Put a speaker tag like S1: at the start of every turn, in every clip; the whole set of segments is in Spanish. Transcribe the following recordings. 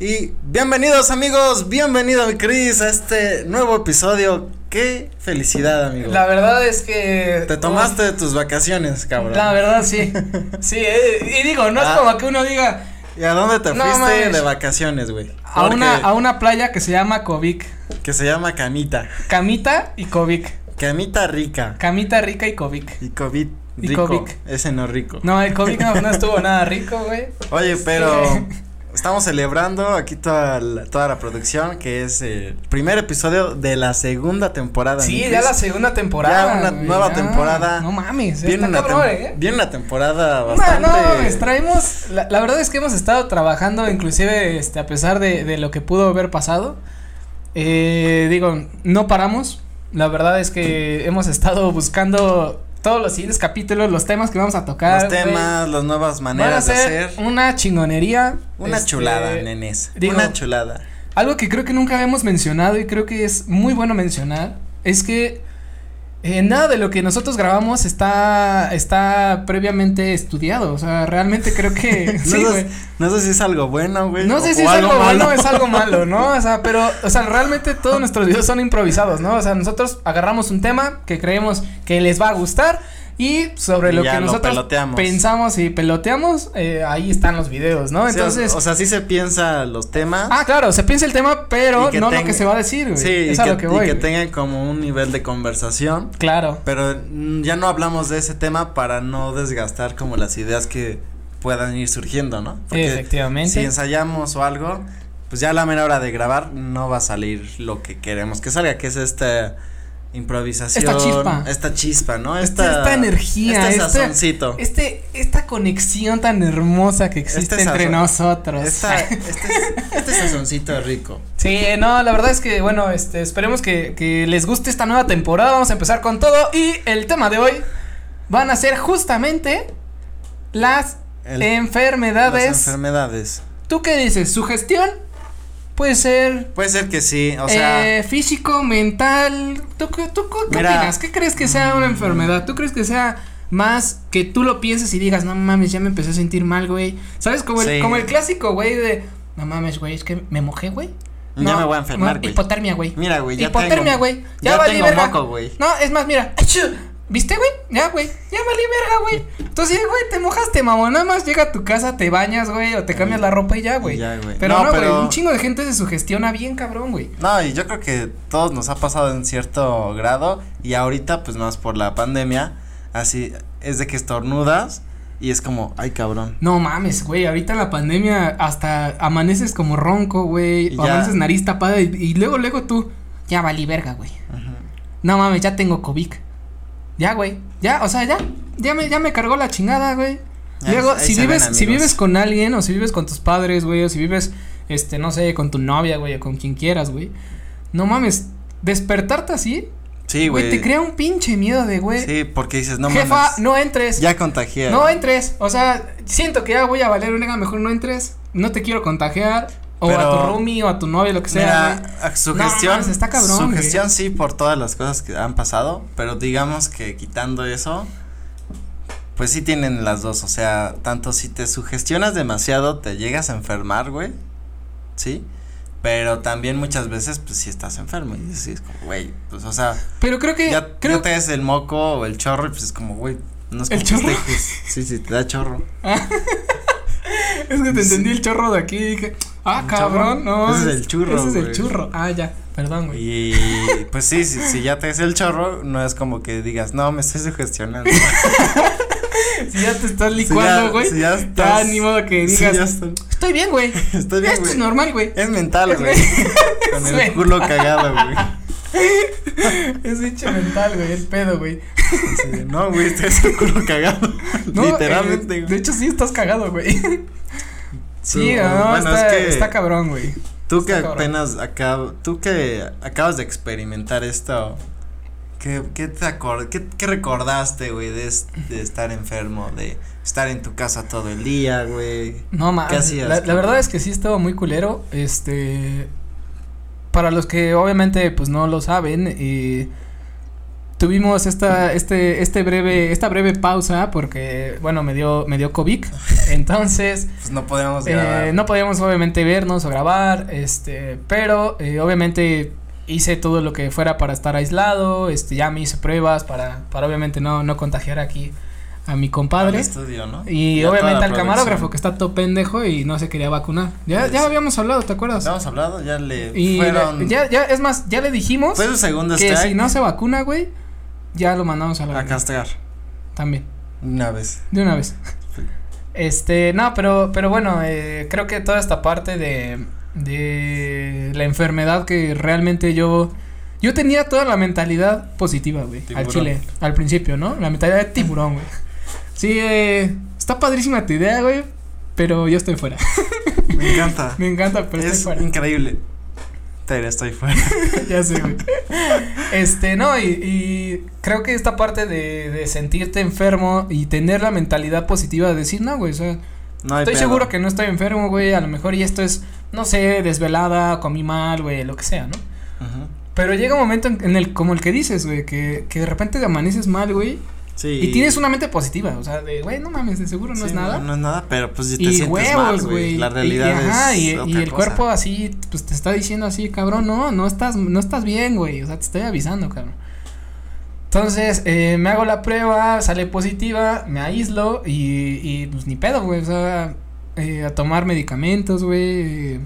S1: Y bienvenidos amigos, bienvenido Chris a este nuevo episodio. Qué felicidad, amigo.
S2: La verdad es que.
S1: Te tomaste tus vacaciones, cabrón.
S2: La verdad, sí. Sí, eh, y digo, no
S1: Ah.
S2: es como que uno diga
S1: ¿Y a dónde te
S2: No
S1: fuiste
S2: mames.
S1: de vacaciones, güey?
S2: a
S1: Porque-
S2: una, a una playa que se llama Covic.
S1: Que se llama Camita.
S2: Camita y Covic.
S1: Camita rica.
S2: Camita rica y Covic.
S1: Y COVID
S2: Y
S1: rico.
S2: COVID.
S1: Ese no rico.
S2: No, el Covic no, no estuvo nada rico, güey.
S1: Oye, pero estamos celebrando aquí toda la, toda la producción, que es el primer episodio de la segunda temporada.
S2: Sí,
S1: mi
S2: ya
S1: Cris.
S2: la segunda temporada.
S1: Ya una
S2: güey,
S1: nueva
S2: ya.
S1: temporada.
S2: No mames,
S1: Viene
S2: está
S1: una,
S2: cabrón,
S1: tem-
S2: eh.
S1: viene una temporada
S2: No,
S1: bastante.
S2: No, mames, traemos, la, la verdad es que hemos estado trabajando, inclusive, este, a pesar de, de lo que pudo haber pasado, eh, digo, no paramos, la verdad es que hemos estado buscando todos los siguientes capítulos, los temas que vamos a tocar,
S1: los
S2: güey.
S1: temas, las nuevas
S2: van a
S1: maneras de
S2: ser
S1: hacer.
S2: una chingonería.
S1: Una
S2: este,
S1: chulada, nenes.
S2: digo-
S1: una chulada.
S2: Algo que creo que nunca habíamos mencionado y creo que es muy bueno mencionar es que eh, nada de lo que nosotros grabamos está está previamente estudiado, o sea, realmente creo que
S1: No,
S2: sí,
S1: sé-
S2: güey.
S1: no sé si es algo bueno, güey.
S2: No
S1: o-
S2: sé si
S1: o
S2: es algo, bueno
S1: malo.
S2: es algo malo, ¿no? O sea, pero, o sea, realmente todos nuestros videos son improvisados, ¿no? O sea, nosotros agarramos un tema que creemos que les va a gustar y sobre
S1: Y
S2: lo
S1: ya
S2: que
S1: lo
S2: nosotros
S1: peloteamos.
S2: pensamos y peloteamos, eh, ahí están los videos, ¿no?
S1: Sí, o-
S2: Entonces,
S1: o, sea, sí se piensa los temas.
S2: ah, claro, se piensa el tema, pero
S1: Y que
S2: no lo
S1: tenga-
S2: que se va a decir, güey.
S1: sí,
S2: es
S1: y
S2: a
S1: que,
S2: lo que
S1: y
S2: voy.
S1: que
S2: güey.
S1: tengan como un nivel de conversación.
S2: Claro.
S1: Pero mm, ya no hablamos de ese tema para no desgastar como las ideas que puedan ir surgiendo, ¿no?
S2: Efectivamente.
S1: Si ensayamos o algo, pues ya a la mera hora de grabar no va a salir lo que queremos que salga, que es esta improvisación.
S2: Esta chispa.
S1: Esta chispa, ¿no?
S2: Esta-
S1: Esta,
S2: esta energía,
S1: Este
S2: esta-
S1: sazoncito.
S2: Este, esta conexión tan hermosa que existe
S1: Este
S2: entre
S1: sazón-
S2: nosotros.
S1: esta-
S2: Ah,
S1: este, este sazoncito rico.
S2: Sí, no, la verdad es que, bueno, este, esperemos que, que les guste esta nueva temporada. Vamos a empezar con todo. Y el tema de hoy van a ser justamente las
S1: El-
S2: Eh, enfermedades.
S1: Las enfermedades.
S2: ¿Tú qué dices? ¿Sugestión? Puede ser
S1: Puede ser que sí, o sea,
S2: eh, físico, mental. ¿Tú, qué- tú qué- qué
S1: Mira.
S2: opinas? ¿Qué crees que sea una enfermedad? ¿Tú crees que sea más que tú lo pienses y digas, no mames, ya me empecé a sentir mal, güey? ¿Sabes? Como, el,
S1: Sí.
S2: como el clásico, güey, de, no mames, güey, es que me mojé, güey.
S1: ya
S2: No,
S1: me voy a enfermar,
S2: no,
S1: güey.
S2: Hipotermia, güey.
S1: Mira, güey, ya
S2: Hipotermia,
S1: tengo-
S2: güey. Ya,
S1: ya
S2: valí
S1: tengo
S2: verga.
S1: moco, güey.
S2: No, es más, mira. ¡achú! ¿Viste, güey? Ya, güey. Ya valí verga, güey. Entonces, ya, güey, te mojaste, mamón. Nada más llega a tu casa, te bañas, güey, o te cambias la ropa y ya, güey.
S1: ya, güey.
S2: Pero
S1: No,
S2: no, güey,
S1: pero-
S2: un chingo de gente se sugestiona bien, cabrón, güey.
S1: No, y yo creo que todos nos ha pasado en cierto grado y ahorita pues más por la pandemia, así es de que estornudas y es como, ay cabrón.
S2: No mames, güey, ahorita en la pandemia hasta amaneces como ronco, güey,
S1: Y
S2: o
S1: ya.
S2: amaneces nariz tapada y, y luego, luego tú, ya valí verga, güey. No mames, ya tengo COVID. Ya, güey, ya, o sea, ya, ya me, ya me cargó la chingada, güey.
S1: Ahí-
S2: Luego,
S1: ahí
S2: si
S1: se ven,
S2: vives, si
S1: amigos.
S2: vives con alguien, o si vives con tus padres, güey, o si vives, este, no sé, con tu novia, güey, o con quien quieras, güey. No mames, despertarte así,
S1: Sí,
S2: güey,
S1: güey.
S2: te crea un pinche miedo de, güey,
S1: Sí, porque dices, no
S2: jefa,
S1: mames.
S2: no entres.
S1: Ya contagié.
S2: No entres, o sea, siento que ya voy a valer una, mejor no entres, no te quiero contagiar, o a
S1: Pero-
S2: tu roomie, o a tu novia, lo que sea,
S1: Mira,
S2: güey.
S1: a- sugestión.
S2: mames, está cabrón, güey.
S1: Sugestión sí por todas las cosas que han pasado, pero digamos que quitando eso pues sí tienen las dos, o sea, tanto si te sugestionas demasiado te llegas a enfermar, güey. ¿Sí? Pero también muchas veces pues si estás enfermo y dices, como, güey, pues o sea,
S2: Pero creo que,
S1: ya,
S2: creo
S1: ya te des el moco o el chorro y pues es como, güey, no es
S2: ¿El
S1: como que
S2: chorro?
S1: estés- sí, sí, te da chorro.
S2: es que te entendí el chorro de aquí, dije, ah,
S1: ¿El
S2: cabrón,
S1: chorro?
S2: no.
S1: Ese es el churro,
S2: Ese es el
S1: güey.
S2: churro, ah, ya, perdón, güey.
S1: Y pues sí, sí, si ya te des el chorro, no es como que digas, no, me estoy sugestionando.
S2: Si ya te estás
S1: Si ya-
S2: licuando, güey,
S1: si ya
S2: ya,
S1: estás-
S2: ni modo que
S1: Sí,
S2: digas, "Pues
S1: ya está.
S2: estoy bien, güey,
S1: Estoy bien,
S2: esto
S1: güey.
S2: es normal, güey.
S1: Es mental, güey. Con el
S2: mental.
S1: culo cagado, güey.
S2: Es dicho mental, güey, el pedo, güey.
S1: Así de, No, güey, este es el culo cagado.
S2: No,
S1: Literalmente,
S2: eh,
S1: güey.
S2: de hecho, sí estás cagado, güey.
S1: Tú,
S2: Sí, no,
S1: bueno,
S2: está,
S1: es que
S2: está cabrón, güey.
S1: tú que
S2: está cabrón.
S1: apenas acab, tú que acabas de experimentar esto, ¿qué, qué te acor- qué, qué recordaste, güey, de, es- de estar enfermo, de estar en tu casa todo el día, güey?
S2: No mames.
S1: hacías,
S2: La, la
S1: cabrón?
S2: verdad es que sí estaba muy culero. Este. Para los que obviamente pues no lo saben, eh, tuvimos esta, este, este breve, esta breve pausa porque, bueno, me dio, me dio COVID, entonces.
S1: Pues no podíamos
S2: eh,
S1: grabar.
S2: no podíamos obviamente vernos o grabar, este, pero eh, obviamente hice todo lo que fuera para estar aislado, este, ya me hice pruebas para, para obviamente no, no contagiar aquí a mi
S1: Al
S2: compadre.
S1: estudio, ¿no?
S2: Y
S1: Ya
S2: obviamente
S1: toda
S2: al
S1: la
S2: camarógrafo que
S1: producción.
S2: está todo pendejo y no se quería vacunar. Ya,
S1: Pues-
S2: ya habíamos hablado, ¿te acuerdas?
S1: Ya hemos hablado, ya le
S2: y le-
S1: fueron. Pues, este
S2: ya, ya, es más, ya le dijimos
S1: fue su segundo
S2: que
S1: strike
S2: si no se vacuna, güey, ya lo mandamos a la
S1: a
S2: verga,
S1: castear.
S2: también.
S1: Una vez.
S2: De una vez.
S1: Sí.
S2: Este, no, pero, pero bueno, eh, creo que toda esta parte de, de la enfermedad que realmente yo, yo tenía toda la mentalidad positiva, güey, al
S1: Tiburón.
S2: chile, al principio, ¿no? La mentalidad de tiburón, güey. Sí, eh, está padrísima tu idea, güey, pero yo estoy fuera.
S1: Me encanta.
S2: Me encanta, pero
S1: es
S2: estoy fuera.
S1: increíble. Pero estoy fuera.
S2: ya sé, güey. Este, no, y, y creo que esta parte de, de sentirte enfermo y tener la mentalidad positiva de decir, no, güey, o sea,
S1: No hay
S2: Estoy
S1: pedo.
S2: seguro que no estoy enfermo, güey. A lo mejor y esto es, no sé, desvelada, comí mal, güey, lo que sea, ¿no?
S1: Ujú.
S2: Pero llega un momento en, en el, como el que dices, güey, que, que de repente te amaneces mal, güey.
S1: Sí.
S2: Y, tienes una mente positiva, o sea, de, güey, no mames, de seguro no
S1: Sí,
S2: es nada.
S1: No, es nada, pero pues si te
S2: y
S1: sientes mal,
S2: huevos,
S1: güey.
S2: güey.
S1: La
S2: y-
S1: realidad
S2: y, ajá,
S1: es.
S2: y, y
S1: otra
S2: el
S1: cosa.
S2: cuerpo así, pues te está diciendo así, cabrón, no, no estás, no estás bien, güey. O sea, te estoy avisando, cabrón. Entonces, eh, me hago la prueba, sale positiva, me aíslo y, y pues ni pedo, güey. O sea, eh, a tomar medicamentos, güey.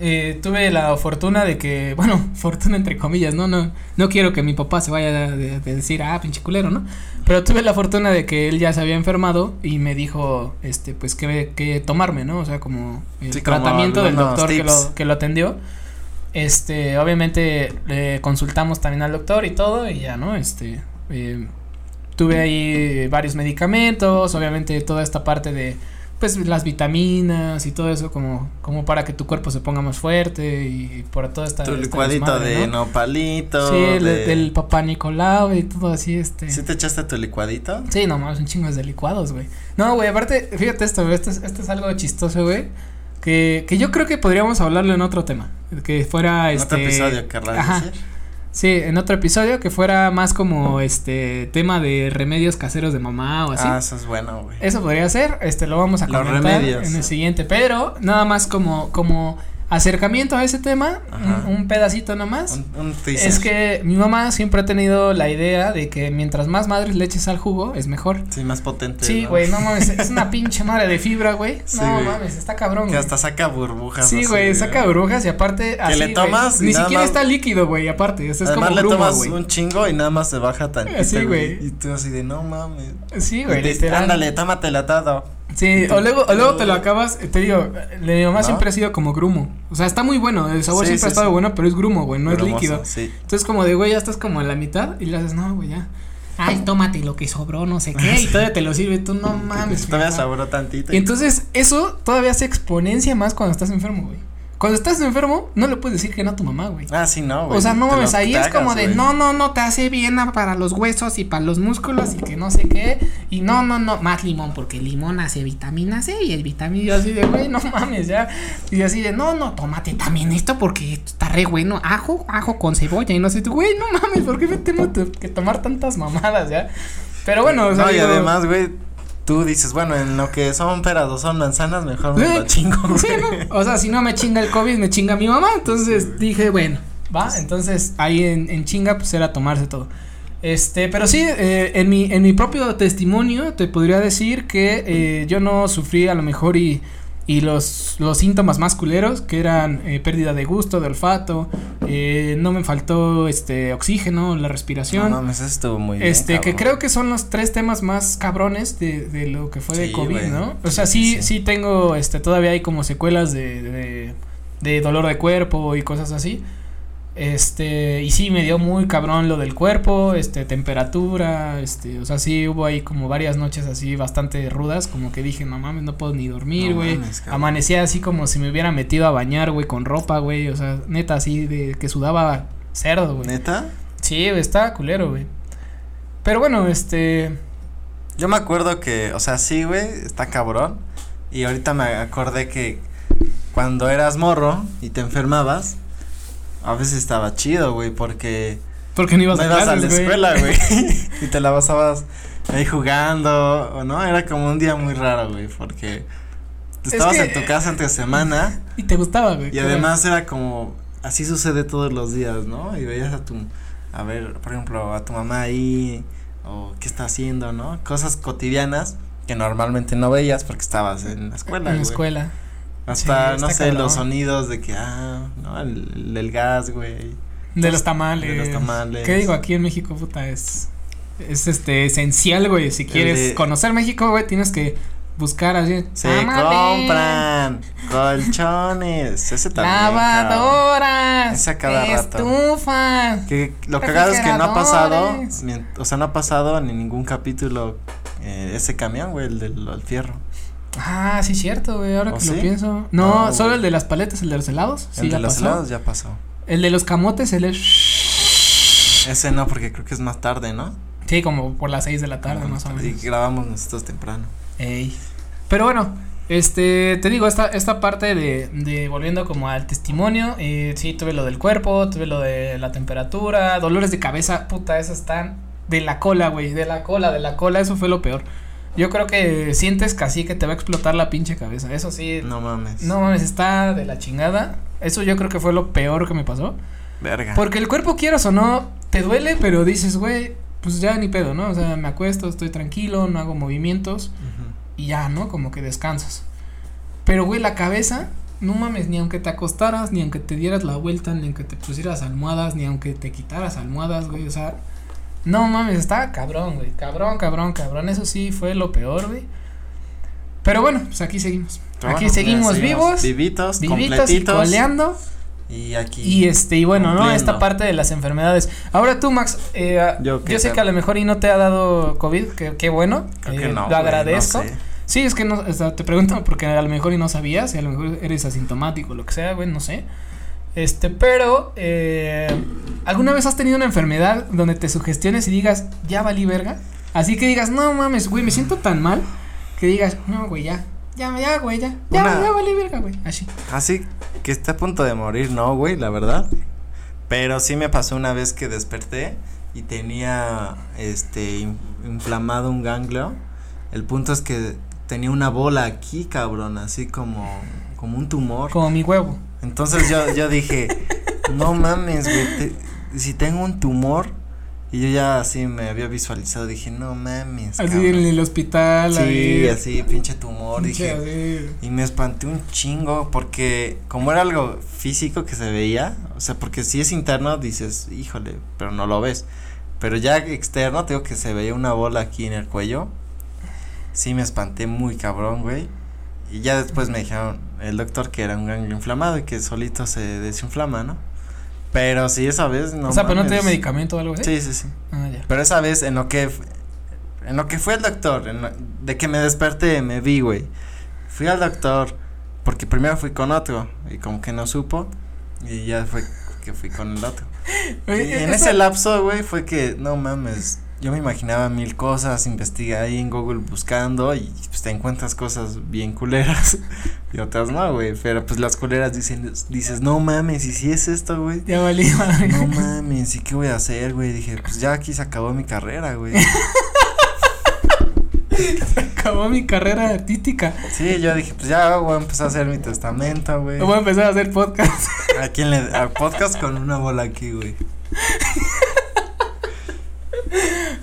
S2: Eh, tuve la fortuna de que, bueno, fortuna entre comillas, ¿no? No, no quiero que mi papá se vaya a de- de decir, ah, pinche culero, ¿no? Pero tuve la fortuna de que él ya se había enfermado y me dijo, este, pues, que, que tomarme, ¿no? O sea, como el
S1: Sí, como
S2: tratamiento del
S1: algunos
S2: doctor que
S1: tips.
S2: lo, que lo atendió. Este, obviamente, eh, consultamos también al doctor y todo y ya, ¿no? Este, eh, tuve ahí varios medicamentos, obviamente toda esta parte de, pues, las vitaminas y todo eso como, como para que tu cuerpo se ponga más fuerte y por toda esta...
S1: Tu
S2: este
S1: licuadito
S2: desmadre,
S1: de
S2: ¿no?
S1: nopalito.
S2: Sí, el,
S1: de-
S2: del papá Nicolau y todo así, este...
S1: ¿Sí te echaste tu licuadito?
S2: Sí, no mames, un chingo de licuados, güey. No, güey, aparte, fíjate esto, güey, esto es, esto es algo chistoso, güey. Que, que yo creo que podríamos hablarlo en otro tema. Que fuera
S1: En
S2: este.
S1: otro episodio, querrás
S2: ajá.
S1: decir.
S2: Sí, en otro episodio que fuera más como este tema de remedios caseros de mamá o así.
S1: Ah, eso es bueno, güey.
S2: Eso podría ser, este lo vamos a
S1: Los
S2: comentar
S1: remedios.
S2: en el siguiente, pero nada más como como acercamiento a ese tema,
S1: Ajá.
S2: un, un pedacito nomás.
S1: Un, un teaser.
S2: es que mi mamá siempre ha tenido la idea de que mientras más madres le eches al jugo es mejor.
S1: Sí, más potente.
S2: Sí,
S1: ¿no?
S2: güey, no mames, es una pinche madre de fibra, güey.
S1: Sí,
S2: no
S1: güey.
S2: mames, está cabrón.
S1: Que
S2: güey.
S1: hasta saca burbujas.
S2: Sí,
S1: así,
S2: güey, saca burbujas y aparte así,
S1: le
S2: güey,
S1: tomas y
S2: Ni
S1: nada
S2: siquiera
S1: más-
S2: está líquido, güey, aparte, o sea, es
S1: Además
S2: como
S1: le
S2: bruma,
S1: tomas
S2: güey.
S1: un chingo y nada más se baja tantito.
S2: Así, güey.
S1: Y tú así de, no mames.
S2: Sí, güey,
S1: Y te-
S2: literal.
S1: Este, Ándale, tómatela todo.
S2: Sí, o luego, o luego te lo acabas, te digo, de mi mamá
S1: ¿No?
S2: siempre ha sido como grumo. O sea, está muy bueno, el sabor
S1: Sí,
S2: siempre
S1: sí,
S2: ha estado
S1: sí.
S2: bueno, pero es grumo, güey, no es
S1: Hermoso,
S2: líquido.
S1: Sí.
S2: Entonces como de, güey, ya estás como a la mitad y le haces, no, güey, ya. Ay, tómate lo que sobró, no sé qué, y todavía te lo sirve, tú no mames.
S1: Todavía
S2: mamá.
S1: sabró tantito.
S2: Y entonces eso todavía se exponencia más cuando estás enfermo, güey. Cuando estás enfermo, no le puedes decir que no a tu mamá, güey.
S1: Ah, sí, no, güey.
S2: O sea, no
S1: te
S2: mames,
S1: lo
S2: ahí es
S1: tragas,
S2: como de
S1: güey.
S2: no, no, no te hace bien ah, para los huesos y para los músculos y que no sé qué. Y no, no, no, más limón, porque el limón hace vitamina C y el vitamina yo así de güey, no mames, ya. Y así de no, no, tómate también esto porque esto está re bueno. Ajo, ajo con cebolla y no sé, tú, güey, no mames, ¿por qué me tengo t- que tomar tantas mamadas ya? Pero bueno, o sea,
S1: no, y
S2: digo,
S1: además, güey, tú dices, bueno, en lo que son peras o son manzanas, mejor me
S2: Sí.
S1: lo chingo, güey.
S2: Sí, ¿no? O sea, si no me chinga el COVID, me chinga mi mamá. Entonces dije, bueno, va. Entonces ahí en, en chinga, pues era tomarse todo. Este, pero sí, eh, en, mi, en mi propio testimonio te podría decir que eh, yo no sufrí a lo mejor y, y los, los síntomas más culeros, que eran eh, pérdida de gusto, de olfato, eh, no me faltó este oxígeno, la
S1: No
S2: respiración.
S1: mames, eso estuvo muy bien.
S2: Este, que creo
S1: cabrón.
S2: que son los tres temas más cabrones de, de lo que fue de
S1: Sí,
S2: COVID,
S1: güey.
S2: ¿no? O sea,
S1: Sí, sí,
S2: sí, sí,
S1: sí.
S2: tengo, este, todavía hay como secuelas de, de, de dolor de cuerpo y cosas así. Este, y sí, me dio muy cabrón lo del cuerpo, este, temperatura, este, o sea, sí hubo ahí como varias noches así bastante rudas, como que dije, no mames, no puedo ni dormir,
S1: No
S2: güey.
S1: mames, cabrón.
S2: Amanecía así como si me hubiera metido a bañar, güey, con ropa, güey, o sea, neta, así de que sudaba cerdo, güey.
S1: ¿Neta?
S2: Sí, güey, estaba culero, güey. Pero bueno, este.
S1: Yo me acuerdo que, o sea, sí, güey, está cabrón. Y ahorita me acordé que cuando eras morro y te enfermabas, a veces estaba chido, güey, porque
S2: Porque no ibas,
S1: no
S2: a,
S1: ibas a
S2: clases,
S1: la
S2: güey.
S1: escuela, güey. y te la pasabas ahí jugando, o no, era como un día muy raro, güey, porque
S2: Es
S1: estabas
S2: que-
S1: en tu casa entre semana
S2: Y te gustaba, güey.
S1: y además era como, así sucede todos los días, ¿no? Y veías a tu, a ver, por ejemplo, a tu mamá ahí, o qué está haciendo, ¿no? Cosas cotidianas que normalmente no veías porque estabas en la escuela,
S2: En la
S1: güey.
S2: escuela.
S1: Hasta,
S2: Sí,
S1: no
S2: está
S1: sé,
S2: cabrón.
S1: los sonidos de que, ah, ¿no? El, el gas, güey.
S2: De los
S1: Entonces,
S2: tamales.
S1: de los tamales.
S2: ¿Qué digo? Aquí en México, puta, es. Es este esencial, güey. Si quieres
S1: de-
S2: conocer México, güey, tienes que buscar así. "Ah,
S1: Se
S2: tamales,
S1: compran colchones. Ese también. cabrón.
S2: Lavadoras.
S1: Ese a cada rato.
S2: Estufas.
S1: Que lo cagado es que no ha pasado.
S2: Refrigeradores.
S1: ni en- o sea, no ha pasado en ningún capítulo eh, ese camión, güey, el del el fierro.
S2: Ah, sí, cierto, güey. Ahora
S1: ¿Oh,
S2: que
S1: sí?
S2: lo pienso. No,
S1: No,
S2: solo
S1: güey.
S2: el de las paletas, el de los helados. Sí,
S1: el de
S2: ya
S1: los
S2: pasó.
S1: helados ya pasó.
S2: El de los camotes, el es.
S1: Ese no, porque creo que es más tarde, ¿no?
S2: Sí, como por las 6 de la tarde,
S1: Como
S2: más o
S1: tarde,
S2: menos.
S1: Y grabamos nosotros temprano.
S2: Ey. Pero bueno, este, te digo, esta, esta parte de, de volviendo como al testimonio, eh, sí, tuve lo del cuerpo, tuve lo de la temperatura, dolores de cabeza, puta, esas están de la cola, güey, de la cola, de la cola, eso fue lo peor. Yo creo que sientes casi que te va a explotar la pinche cabeza, eso sí.
S1: No
S2: No,
S1: mames.
S2: mames, está de la chingada. Eso yo creo que fue lo peor que me pasó.
S1: Verga.
S2: Porque el cuerpo, quieras o no, te duele, pero dices, güey, pues ya ni pedo, ¿no? O sea, me acuesto, estoy tranquilo, no hago movimientos
S1: Ujú.
S2: y ya, ¿no? Como que descansas. Pero, güey, la cabeza, no mames, ni aunque te acostaras, ni aunque te dieras la vuelta, ni aunque te pusieras almohadas, ni aunque te quitaras almohadas, güey, o sea, no mames, estaba cabrón, güey, cabrón, cabrón, cabrón, eso sí fue lo peor, güey. Pero bueno, pues aquí seguimos.
S1: Pero
S2: aquí
S1: bueno,
S2: seguimos
S1: ya
S2: vivos,
S1: Vivitos,
S2: vivitos y
S1: completitos.
S2: coleando.
S1: Y aquí.
S2: Y este, y bueno, ¿no?
S1: cumpliendo.
S2: Esta parte de las enfermedades. Ahora tú, Max, eh, yo,
S1: Yo qué
S2: sé
S1: tal.
S2: que a lo mejor y no te ha dado COVID, que, qué bueno.
S1: Creo
S2: eh,
S1: que no.
S2: Lo
S1: güey, no
S2: agradezco.
S1: sé.
S2: Sí, es que no, o sea, te pregunto porque a lo mejor y no sabías, y a lo mejor eres asintomático, lo que sea, güey, no sé. Este, pero, eh, ¿alguna vez has tenido una enfermedad donde te sugestiones y digas, ya valí verga? Así que digas, no mames, güey, me siento tan mal, que digas, no, güey, ya, ya, ya, güey, ya, ya,
S1: Una-
S2: ya valí verga, güey, así.
S1: Así que está a punto de morir, no, güey, la verdad. Pero sí me pasó una vez que desperté y tenía este in- inflamado un ganglio. El punto es que tenía una bola aquí, cabrón, así como como un tumor.
S2: Como mi huevo.
S1: Entonces yo yo dije, "No mames, güey, te- si tengo un tumor." Y yo ya así me había visualizado, dije, "No mames."
S2: Así
S1: cabrón".
S2: en el hospital.
S1: Ah, sí,
S2: ahí,
S1: así pinche tumor,
S2: pinche,
S1: dije.
S2: así.
S1: Y me espanté un chingo porque como era algo físico que se veía, o sea, porque si es interno dices, híjole, pero no lo ves. Pero ya externo, te digo que se veía una bola aquí en el cuello. Sí, me espanté muy cabrón, güey. Y ya después me dijeron el doctor que era un ganglio inflamado y que solito se desinflama, ¿no? Pero sí, esa vez no.
S2: o sea, pero no te dio
S1: mames.
S2: medicamento o algo así.
S1: Sí, sí, sí.
S2: Ah, ya.
S1: Pero esa vez en lo que f- en lo que fue el doctor, en lo- de que me desperté, me vi, güey. Fui al doctor porque primero fui con otro y como que no supo y ya fue que fui con el otro. Y
S2: Oye,
S1: en
S2: eso-
S1: ese lapso, güey, fue que no mames, yo me imaginaba mil cosas, investigué ahí en Google buscando y pues te encuentras cosas bien culeras y otras no, güey, pero pues las culeras dicen dices, "No mames, ¿y si es esto, güey?"
S2: Ya valí madre.
S1: No mames, ¿y qué voy a hacer, güey? Dije, pues ya aquí se acabó mi carrera, güey.
S2: Acabó mi carrera artística.
S1: Sí, yo dije, pues ya voy a empezar a hacer mi testamento, güey.
S2: Voy a empezar a hacer podcast.
S1: ¿A quién le.? A podcast con una bola aquí, güey.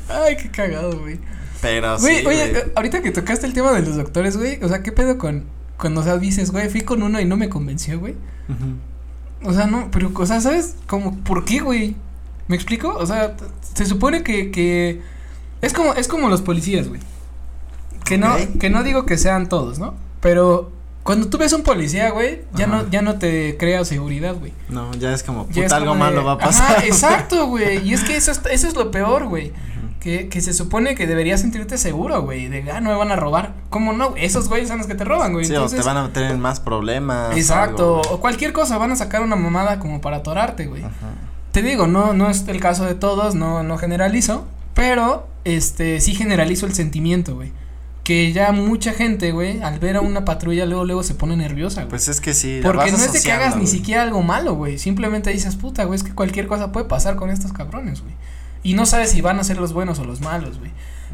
S2: Ay, qué cagado, güey.
S1: Pero
S2: Güey,
S1: sí.
S2: oye,
S1: güey.
S2: eh, ahorita que tocaste el tema de los doctores, güey. O sea, ¿qué pedo con. Cuando, o sea, dices, güey, fui con uno y no me convenció, güey.
S1: Ujú.
S2: O sea, no, pero, o sea, ¿sabes? Como, ¿por qué, güey? ¿Me explico? O sea, t- se supone que, que es como, es como los policías, güey. Que no,
S1: Ok.
S2: que no digo que sean todos, ¿no? Pero cuando tú ves un policía, güey, ya
S1: Ajá.
S2: no, ya no te crea seguridad, güey.
S1: No, ya es como,
S2: Ya
S1: puta,
S2: es
S1: algo
S2: como de,
S1: malo va a
S2: "Ajá,
S1: pasar.
S2: exacto, güey. Y es que eso, está- eso es lo peor, güey.
S1: Ujú.
S2: Que, que se supone que deberías sentirte seguro, güey. De, ah, no me van a robar. ¿Cómo no? güey? Esos güeyes son los que te roban, güey.
S1: Sí, o
S2: Entonces,
S1: te van a meter en más problemas.
S2: Exacto.
S1: algo,
S2: o cualquier cosa, van a sacar una mamada como para atorarte, güey.
S1: güey. Ajá.
S2: Te digo, no, no es el caso de todos, no, no generalizo, pero este sí generalizo el sentimiento, güey. que ya mucha gente, güey, al ver a una patrulla luego luego se pone nerviosa, güey.
S1: Pues es que sí. la vas
S2: Porque no es de que
S1: asociando,
S2: hagas ni
S1: güey.
S2: siquiera algo malo, güey. Simplemente dices, puta, güey, es que cualquier cosa puede pasar con estos cabrones, güey. Y no sabes si van a ser los buenos o los malos, güey.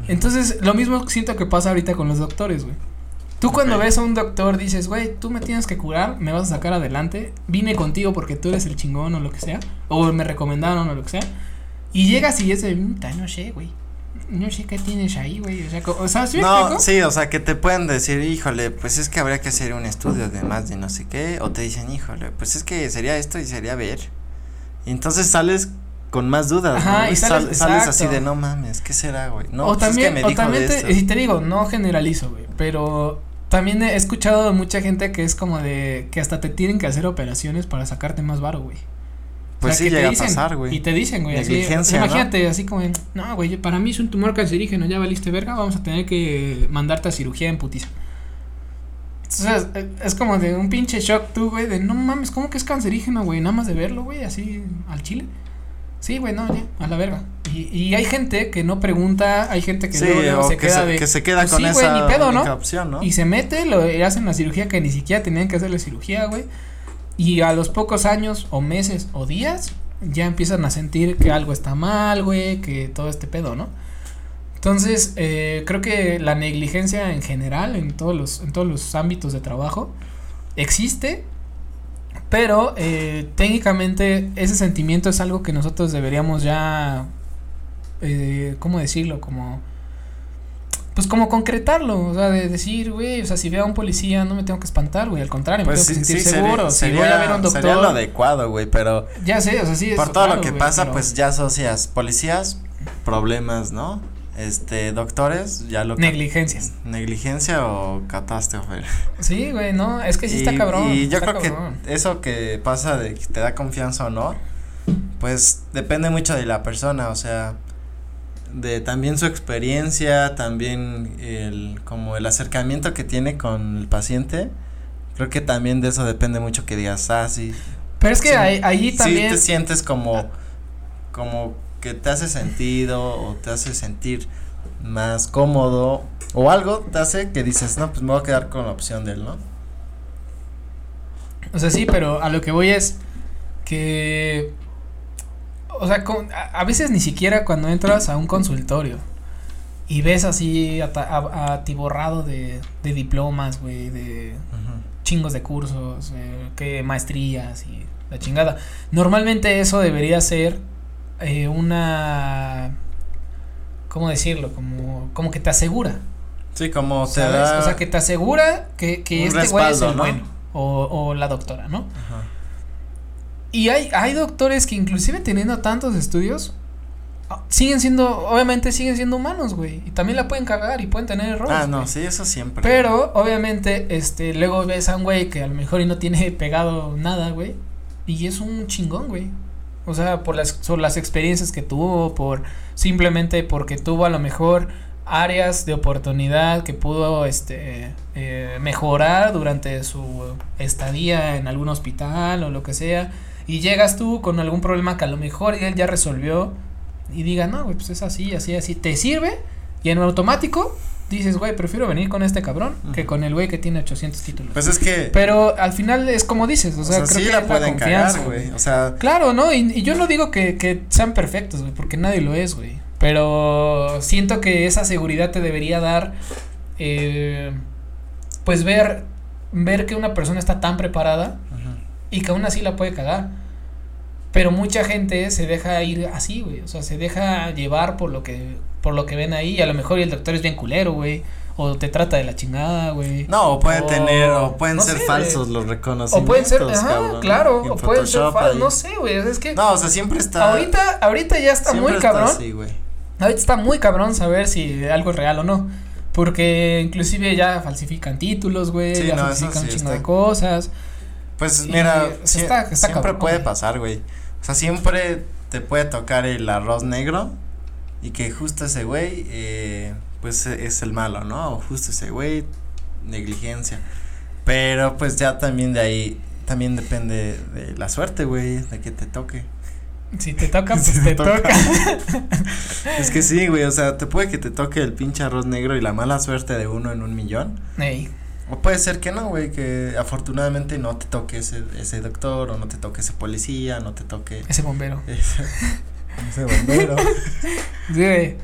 S2: Entonces, lo mismo siento que pasa ahorita con los doctores, güey. Tú cuando
S1: Ok.
S2: ves a un doctor dices, güey, tú me tienes que curar, me vas a sacar adelante, vine contigo porque tú eres el chingón o lo que sea, o me recomendaron o lo que sea, y llegas y es de, "Puta, no sé, güey, no sé qué tienes ahí, güey, o sea, co- o sea, ¿sí me
S1: No,
S2: explico?
S1: sí, o sea, que te pueden decir, híjole, pues es que habría que hacer un estudio de más de no sé qué, o te dicen, híjole, pues es que sería esto y sería ver. Y entonces sales con más dudas,
S2: Ajá,
S1: ¿no?
S2: y sales-
S1: Sal- sales así
S2: exacto.
S1: de, no mames, ¿qué será, güey? No,
S2: o
S1: pues
S2: también,
S1: es que me
S2: o
S1: dijo
S2: también,
S1: de
S2: te,
S1: esto.
S2: y te digo, no generalizo, güey, pero también he escuchado de mucha gente que es como de, que hasta te tienen que hacer operaciones para sacarte más varo, güey. O
S1: Pues sí
S2: sea, que te
S1: llega a
S2: dicen,
S1: pasar, güey.
S2: Y te dicen, güey. Así,
S1: Negligencia, ¿no?
S2: imagínate, así como, en, no, güey, para mí es un tumor cancerígeno, ya valiste verga, vamos a tener que mandarte a cirugía en putiza. Entonces, eh, es como de un pinche shock tú, güey, de no mames, ¿cómo que es cancerígeno, güey? Nada más de verlo, güey, así al chile. Sí, güey, no, ya, a la verga. Y, y hay gente que no pregunta, hay gente que
S1: Sí,
S2: luego, luego
S1: o
S2: se
S1: que,
S2: queda
S1: se,
S2: de...
S1: que se queda
S2: pues
S1: con
S2: sí, güey,
S1: esa
S2: ni pedo, ¿no?
S1: única opción, ¿no?
S2: Y se mete, lo le hacen la cirugía que ni siquiera tenían que hacerle cirugía, güey. Y a los pocos años o meses o días ya empiezan a sentir que algo está mal, güey, que todo este pedo, ¿no? Entonces, eh, creo que la negligencia en general, en todos los, en todos los ámbitos de trabajo, existe, pero eh, técnicamente ese sentimiento es algo que nosotros deberíamos ya, eh, ¿cómo decirlo? Como, pues como concretarlo, o sea, de decir, güey, o sea, si veo a un policía no me tengo que espantar, güey, al contrario,
S1: Pues
S2: me
S1: sí,
S2: tengo que
S1: sí,
S2: sentir
S1: sería-
S2: seguro,
S1: sería,
S2: si voy a ver a un doctor,
S1: sería lo adecuado, güey, pero
S2: ya sé, o sea, sí. es
S1: por todo
S2: raro,
S1: lo que
S2: güey,
S1: pasa,
S2: pero
S1: pues ya asocias policías, problemas, ¿no? Este, doctores, ya lo... que
S2: Negligencias.
S1: Negligencia o catástrofe.
S2: Sí, güey, no, es que sí está
S1: Y-
S2: cabrón.
S1: Y yo
S2: está
S1: creo
S2: cabrón.
S1: que eso que pasa de que te da confianza o no, pues depende mucho de la persona, o sea, de también su experiencia, también el como el acercamiento que tiene con el paciente. Creo que también de eso depende mucho que digas, ah, sí,
S2: Pero es que
S1: sí,
S2: ahí, ahí
S1: sí
S2: también.
S1: te sientes como como que te hace sentido o te hace sentir más cómodo o algo te hace que dices, no, pues me voy a quedar con la opción de él, ¿no?
S2: O sea, sí, pero a lo que voy es que. O sea, con- a, a veces ni siquiera cuando entras a un consultorio y ves así ata- a- atiborrado de, de diplomas, güey, de
S1: Ujú.
S2: chingos de cursos, eh, que maestrías y la chingada. Normalmente eso debería ser eh, una... ¿Cómo decirlo? Como, como que te asegura.
S1: Sí, como te
S2: ¿sabes?
S1: da.
S2: O sea, que te asegura que, que
S1: un
S2: este güey es
S1: respaldo,
S2: el
S1: ¿no?
S2: bueno. O, o la doctora, ¿no?
S1: Ajá.
S2: Y hay, hay doctores que inclusive teniendo tantos estudios, ah, siguen siendo, obviamente siguen siendo humanos, güey. Y también la pueden cagar y pueden tener errores.
S1: Ah, no,
S2: güey.
S1: sí, eso siempre.
S2: Pero, obviamente, este, luego ves a un güey que a lo mejor y no tiene pegado nada, güey. Y es un chingón, güey. O sea, por las, por las experiencias que tuvo, por simplemente porque tuvo a lo mejor áreas de oportunidad que pudo este eh, mejorar durante su estadía en algún hospital o lo que sea y llegas tú con algún problema que a lo mejor él ya resolvió y diga no güey pues es así así así te sirve y en automático dices güey prefiero venir con este cabrón que
S1: Ujú.
S2: con el güey que tiene 800 títulos
S1: Pues es que.
S2: pero al final es como dices o
S1: o
S2: sea,
S1: sea,
S2: creo
S1: sí
S2: que
S1: la
S2: es
S1: pueden
S2: confianza,
S1: cagar,
S2: güey.
S1: güey. O sea,
S2: Claro, ¿no? Y, y yo no digo que, que sean perfectos, güey, porque nadie lo es, güey. Pero siento que esa seguridad te debería dar, eh, pues ver, ver que una persona está tan preparada
S1: ujú.
S2: y que aún así la puede cagar. Pero mucha gente se deja ir así, güey. O sea, se deja llevar por lo que, por lo que ven ahí. Y a lo mejor el doctor es bien culero, güey. O te trata de la chingada, güey.
S1: no, o pueden
S2: O-
S1: tener, o pueden
S2: no
S1: ser
S2: sé,
S1: falsos los
S2: o
S1: reconocimientos.
S2: pueden ser, ajá,
S1: cabrón,
S2: claro,
S1: en
S2: o pueden ser
S1: Photoshop
S2: falsos,
S1: ahí.
S2: no sé, güey. Es que
S1: No, o sea, siempre está.
S2: Ahorita, ahorita ya está
S1: siempre
S2: muy cabrón.
S1: así, güey.
S2: Ahorita está muy cabrón saber si algo es real o no. Porque inclusive ya falsifican títulos, güey.
S1: Sí,
S2: ya
S1: no, eso
S2: falsifican un
S1: sí
S2: chingo
S1: está.
S2: de cosas.
S1: Pues
S2: Y
S1: mira,
S2: se
S1: sie-
S2: está- está
S1: siempre
S2: cabrón,
S1: puede
S2: güey.
S1: pasar, güey. O sea, siempre te puede tocar el arroz negro y que justo ese güey, eh, pues e- es el malo, ¿no? O justo ese güey, negligencia. Pero pues ya también de ahí, también depende de la suerte, güey, de que te toque.
S2: Si te toca, pues te, toca.
S1: es que sí, güey, o sea, te puede que te toque el pinche arroz negro y la mala suerte de uno en un millón.
S2: Ey,
S1: O puede ser que no, güey, que afortunadamente no te toque ese, ese doctor o no te toque ese policía, no te toque
S2: ese bombero.
S1: ese, ese bombero.
S2: Sí, güey. eh,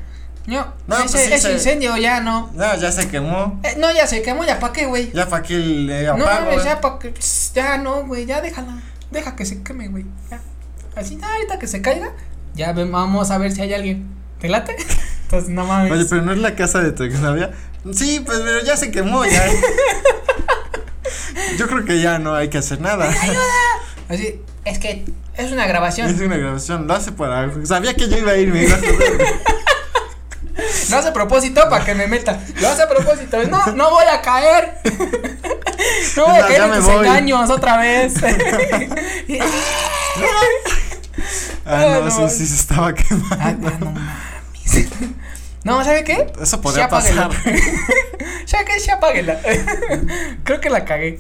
S2: No,
S1: No,
S2: ese,
S1: pues sí
S2: ese
S1: se-
S2: incendio ya no.
S1: No, ya se quemó.
S2: Eh, no, ya se quemó, ya pa' qué, güey.
S1: Ya para que le
S2: No
S1: eh, apago.
S2: mames,
S1: güey.
S2: ya pa' que. pss, Ya no, güey, ya déjala. Deja que se queme, güey. Ya. Así, ya, ahorita que se caiga, ya ve- vamos a ver si hay alguien. ¿Te late? Entonces, no mames.
S1: Oye, pero no es la casa de tu exnovia. Sí, pues pero ya se quemó ya. Yo creo que ya no hay que hacer nada.
S2: Así, es que es una grabación.
S1: Es una grabación, lo hace para algo. Sabía que yo iba a irme. iba a hacer-
S2: Lo hace a propósito para que me meta. Lo hace a propósito. No, no voy a caer. No voy a
S1: Ya-
S2: caer
S1: ya
S2: en
S1: me
S2: tus
S1: voy.
S2: engaños otra vez.
S1: Ah,
S2: Ah, no,
S1: no, sí, sí se estaba quemando.
S2: Ah, ah, no mames. No, ¿sabe qué?
S1: Eso
S2: Ya
S1: podría
S2: apáguela.
S1: pasar.
S2: ¿Sabe qué? Ya apáguela. Creo que la cagué.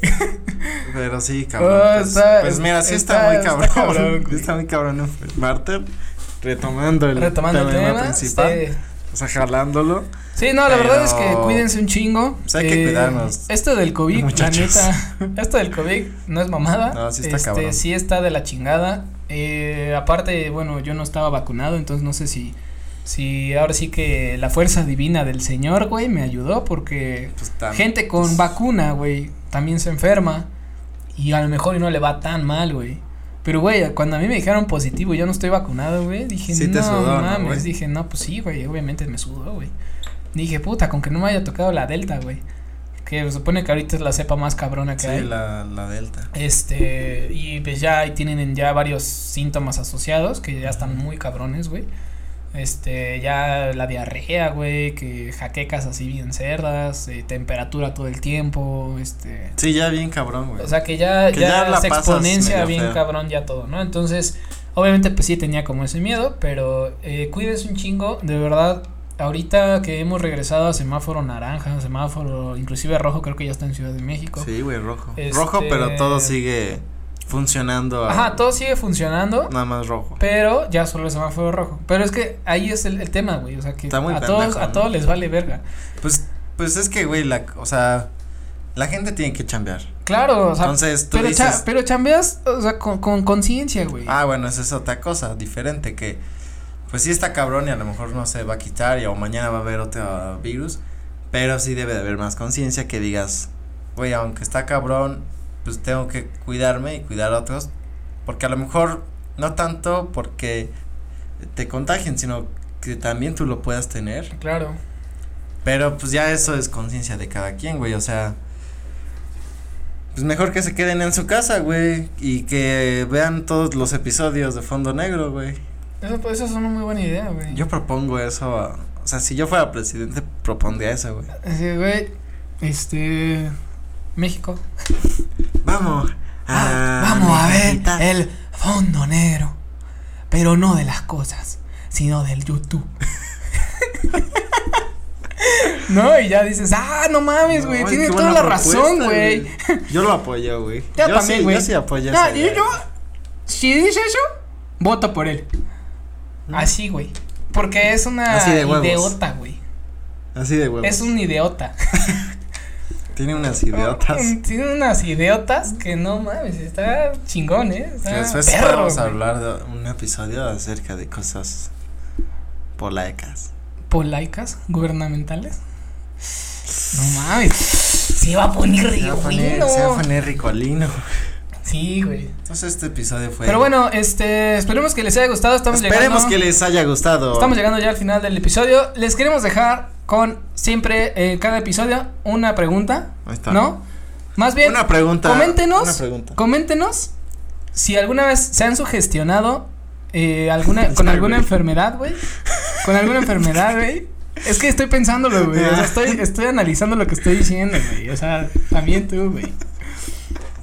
S1: Pero sí, cabrón.
S2: Oh,
S1: pues,
S2: está-
S1: pues mira, sí
S2: está-
S1: está, muy
S2: está
S1: cabrón. Está,
S2: cabrón, güey.
S1: muy cabrón enfermarte. Retomando el
S2: Retomando el tema.
S1: principal.
S2: este,
S1: O sea, jalándolo.
S2: Sí, no, la
S1: Pero-
S2: verdad es que cuídense un chingo. Eh,
S1: Pues hay que cuidarnos,
S2: Esto del COVID,
S1: muchachos.
S2: la neta, esto del COVID no es mamada.
S1: No, sí está
S2: este,
S1: cabrón.
S2: Sí está de la chingada. Eh, aparte, bueno, yo no estaba vacunado, entonces no sé si, si ahora sí que la fuerza divina del señor, güey, me ayudó porque
S1: Pues, tan-
S2: gente con
S1: pues,
S2: vacuna, güey, también se enferma y a lo mejor y no le va tan mal, güey. Pero, güey, cuando a mí me dijeron positivo y yo no estoy vacunado, güey, dije,
S1: Sí te
S2: no
S1: sudó, ¿no,
S2: mames,
S1: güey?
S2: dije, no, pues sí, güey, obviamente me sudó, güey. Dije, puta, con que no me haya tocado la delta, güey. Que se supone que ahorita es la cepa más cabrona que
S1: Sí,
S2: hay.
S1: la, la delta.
S2: Este, y pues ya ahí tienen ya varios síntomas asociados que ya están muy cabrones, güey. Este, ya la diarrea, güey, que jaquecas así bien cerdas, eh, temperatura todo el tiempo, este.
S1: Sí, ya bien cabrón, güey.
S2: O sea, que ya,
S1: Que
S2: ya,
S1: ya la
S2: se
S1: pasas
S2: exponencia
S1: medio
S2: bien
S1: feo.
S2: cabrón ya todo, ¿no? Entonces, obviamente pues sí tenía como ese miedo, pero eh, cuídense un chingo, de verdad. Ahorita que hemos regresado a semáforo naranja, semáforo inclusive rojo, creo que ya está en Ciudad de México.
S1: sí, güey, rojo.
S2: Este-
S1: Rojo, pero todo sigue funcionando. a-
S2: Ajá, todo sigue funcionando.
S1: Nada más rojo.
S2: Pero ya solo el semáforo rojo. Pero es que ahí es el, el tema, güey. O sea que
S1: Está muy
S2: a
S1: pendejo,
S2: todos, a
S1: ¿no?
S2: todos les vale verga.
S1: Pues, pues es que, güey, la, o sea, la gente tiene que chambear.
S2: Claro, o sea.
S1: Entonces, tú
S2: pero, cha-
S1: dices,
S2: pero chambeas, o sea, con con conciencia, güey.
S1: ah, bueno, esa es otra cosa diferente que, pues sí está cabrón y a lo mejor no se va a quitar y o mañana va a haber otro virus, pero sí debe de haber más conciencia que digas, güey, aunque está cabrón, pues tengo que cuidarme y cuidar a otros, porque a lo mejor no tanto porque te contagien, sino que también tú lo puedas tener.
S2: Claro.
S1: Pero pues ya eso es conciencia de cada quien, güey, o sea, pues mejor que se queden en su casa, güey, y que vean todos los episodios de Fondo Negro, güey.
S2: Eso, pues, eso es una muy buena idea, güey.
S1: Yo propongo eso, a- o sea, si yo fuera presidente propondría eso, güey.
S2: Así, güey. Este. México.
S1: Vamos.
S2: Ah, vamos a ver eh,
S1: visitar.
S2: el fondo negro. Pero no de las cosas, sino del YouTube. no, y ya dices, ah, no mames,
S1: No,
S2: güey.
S1: ay,
S2: tiene
S1: qué
S2: toda la
S1: buena
S2: razón,
S1: propuesta,
S2: güey.
S1: Yo lo apoyo, güey.
S2: Yo
S1: sí,
S2: también, güey.
S1: Yo sí apoyo
S2: No,
S1: esa
S2: yo,
S1: idea.
S2: yo, si dice eso, voto por él. Mm. Así, güey. Porque es una
S1: Así de huevos.
S2: ideota, güey.
S1: Así de huevo.
S2: Es un ideota.
S1: Tiene unas idiotas.
S2: Tiene unas idiotas que no mames, está chingón, ¿eh?
S1: Que
S2: Está
S1: después
S2: perro,
S1: vamos a
S2: güey.
S1: hablar de un episodio acerca de cosas polaicas.
S2: polaicas gubernamentales. No mames. Se va a poner
S1: Se va a poner, se va a
S2: rico.
S1: poner ricolino.
S2: Sí, güey.
S1: Entonces este episodio fue.
S2: Pero bueno, este, esperemos que les haya gustado. Estamos
S1: esperemos
S2: llegando.
S1: que les haya gustado.
S2: Estamos llegando ya al final del episodio. Les queremos dejar con siempre en cada episodio una pregunta,
S1: Ahí está.
S2: ¿no? Más bien,
S1: Una pregunta.
S2: coméntenos,
S1: Una pregunta.
S2: coméntenos si alguna vez se han sugestionado eh, alguna, con
S1: Está,
S2: alguna
S1: güey.
S2: enfermedad, güey. Con alguna enfermedad, güey. Es que estoy pensándolo, güey. O sea,
S1: Ah.
S2: estoy, estoy analizando lo que estoy diciendo, güey. O sea, también tú, güey.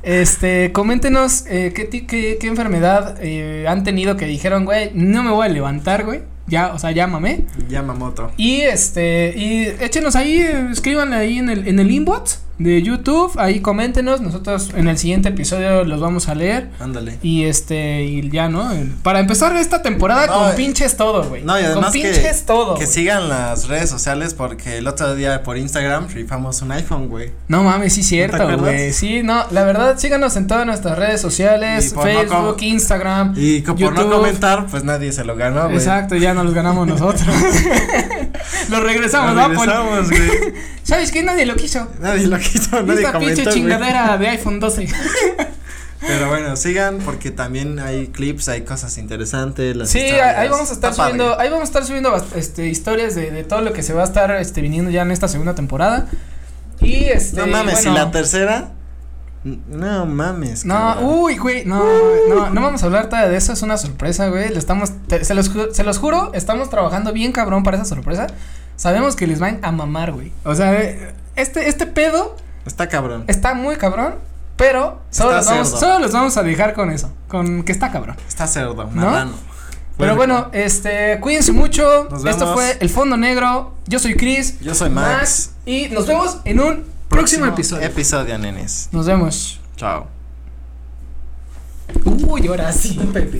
S2: Este, coméntenos eh, qué, ti- qué, qué enfermedad eh, han tenido que dijeron, güey, no me voy a levantar, güey. Ya, o sea, llámame.
S1: Yamamoto.
S2: Y este, y échenos ahí, eh, escríbanle ahí en el, en el inbox, de YouTube. Ahí coméntenos. Nosotros en el siguiente episodio los vamos a leer.
S1: Ándale.
S2: Y este, y ya, ¿no? El- Para empezar esta temporada
S1: No,
S2: con
S1: eh,
S2: pinches todo, güey.
S1: No, y
S2: con
S1: además que,
S2: pinches todo.
S1: que
S2: güey.
S1: sigan las redes sociales porque el otro día por Instagram rifamos un iPhone, güey.
S2: No mames, sí cierto,
S1: acuerdas?
S2: güey. Sí, no, la verdad, síganos en todas nuestras redes sociales,
S1: Y por no com-
S2: Facebook, Instagram.
S1: Y co- por no
S2: YouTube.
S1: comentar, pues nadie se lo ganó, güey.
S2: Exacto, ya nos los ganamos nosotros. los regresamos,
S1: Lo
S2: ¿no, Apple?
S1: regresamos, güey.
S2: ¿Sabes qué? Nadie lo quiso.
S1: Nadie lo quiso, nadie
S2: Esta pinche
S1: comentó, güey.
S2: chingadera de iPhone 12.
S1: Pero bueno, sigan porque también hay clips, hay cosas interesantes. Las
S2: Sí,
S1: historias.
S2: ahí vamos a estar
S1: Está padre.
S2: subiendo, ahí vamos a estar subiendo bast- este, historias de, de todo lo que se va a estar este, viniendo ya en esta segunda temporada. Y este.
S1: No mames,
S2: bueno,
S1: y la tercera. N- No mames.
S2: No, uh.
S1: cabrón.
S2: uy, güey, no, no, no vamos a hablar todavía de eso, es una sorpresa, güey. Le estamos, te- se, los ju- se los juro, estamos trabajando bien cabrón para esa sorpresa. Sabemos que les van a mamar, güey. O sea, eh, este, este pedo
S1: Está cabrón.
S2: está muy cabrón, pero solo
S1: Está
S2: los, vamos,
S1: cerdo.
S2: solo los vamos a dejar con eso, con que está cabrón.
S1: Está cerdo, marrano.
S2: Pero bueno, este, cuídense mucho.
S1: Nos
S2: Esto
S1: vemos.
S2: fue El Fondo Negro. Yo soy Chris.
S1: Yo soy Max.
S2: y nos vemos en un próximo, episodio.
S1: Episodio, nenes.
S2: nos vemos.
S1: Chao.
S2: Uy, ahora sí, Pepe.